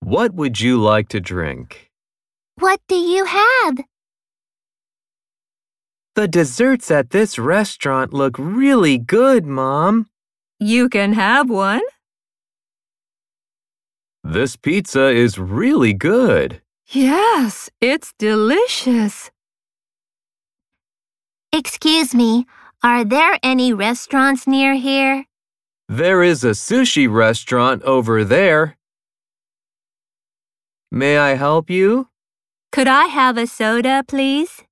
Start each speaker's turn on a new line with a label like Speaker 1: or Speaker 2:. Speaker 1: What would you like to drink?
Speaker 2: What do you have?
Speaker 1: The desserts at this restaurant look really good, Mom.
Speaker 3: You can have one.
Speaker 1: This pizza is really good.
Speaker 3: Yes, it's delicious.
Speaker 2: Excuse me, are there any restaurants near here?
Speaker 1: There is a sushi restaurant over there. May I help you?
Speaker 3: Could I have a soda, please?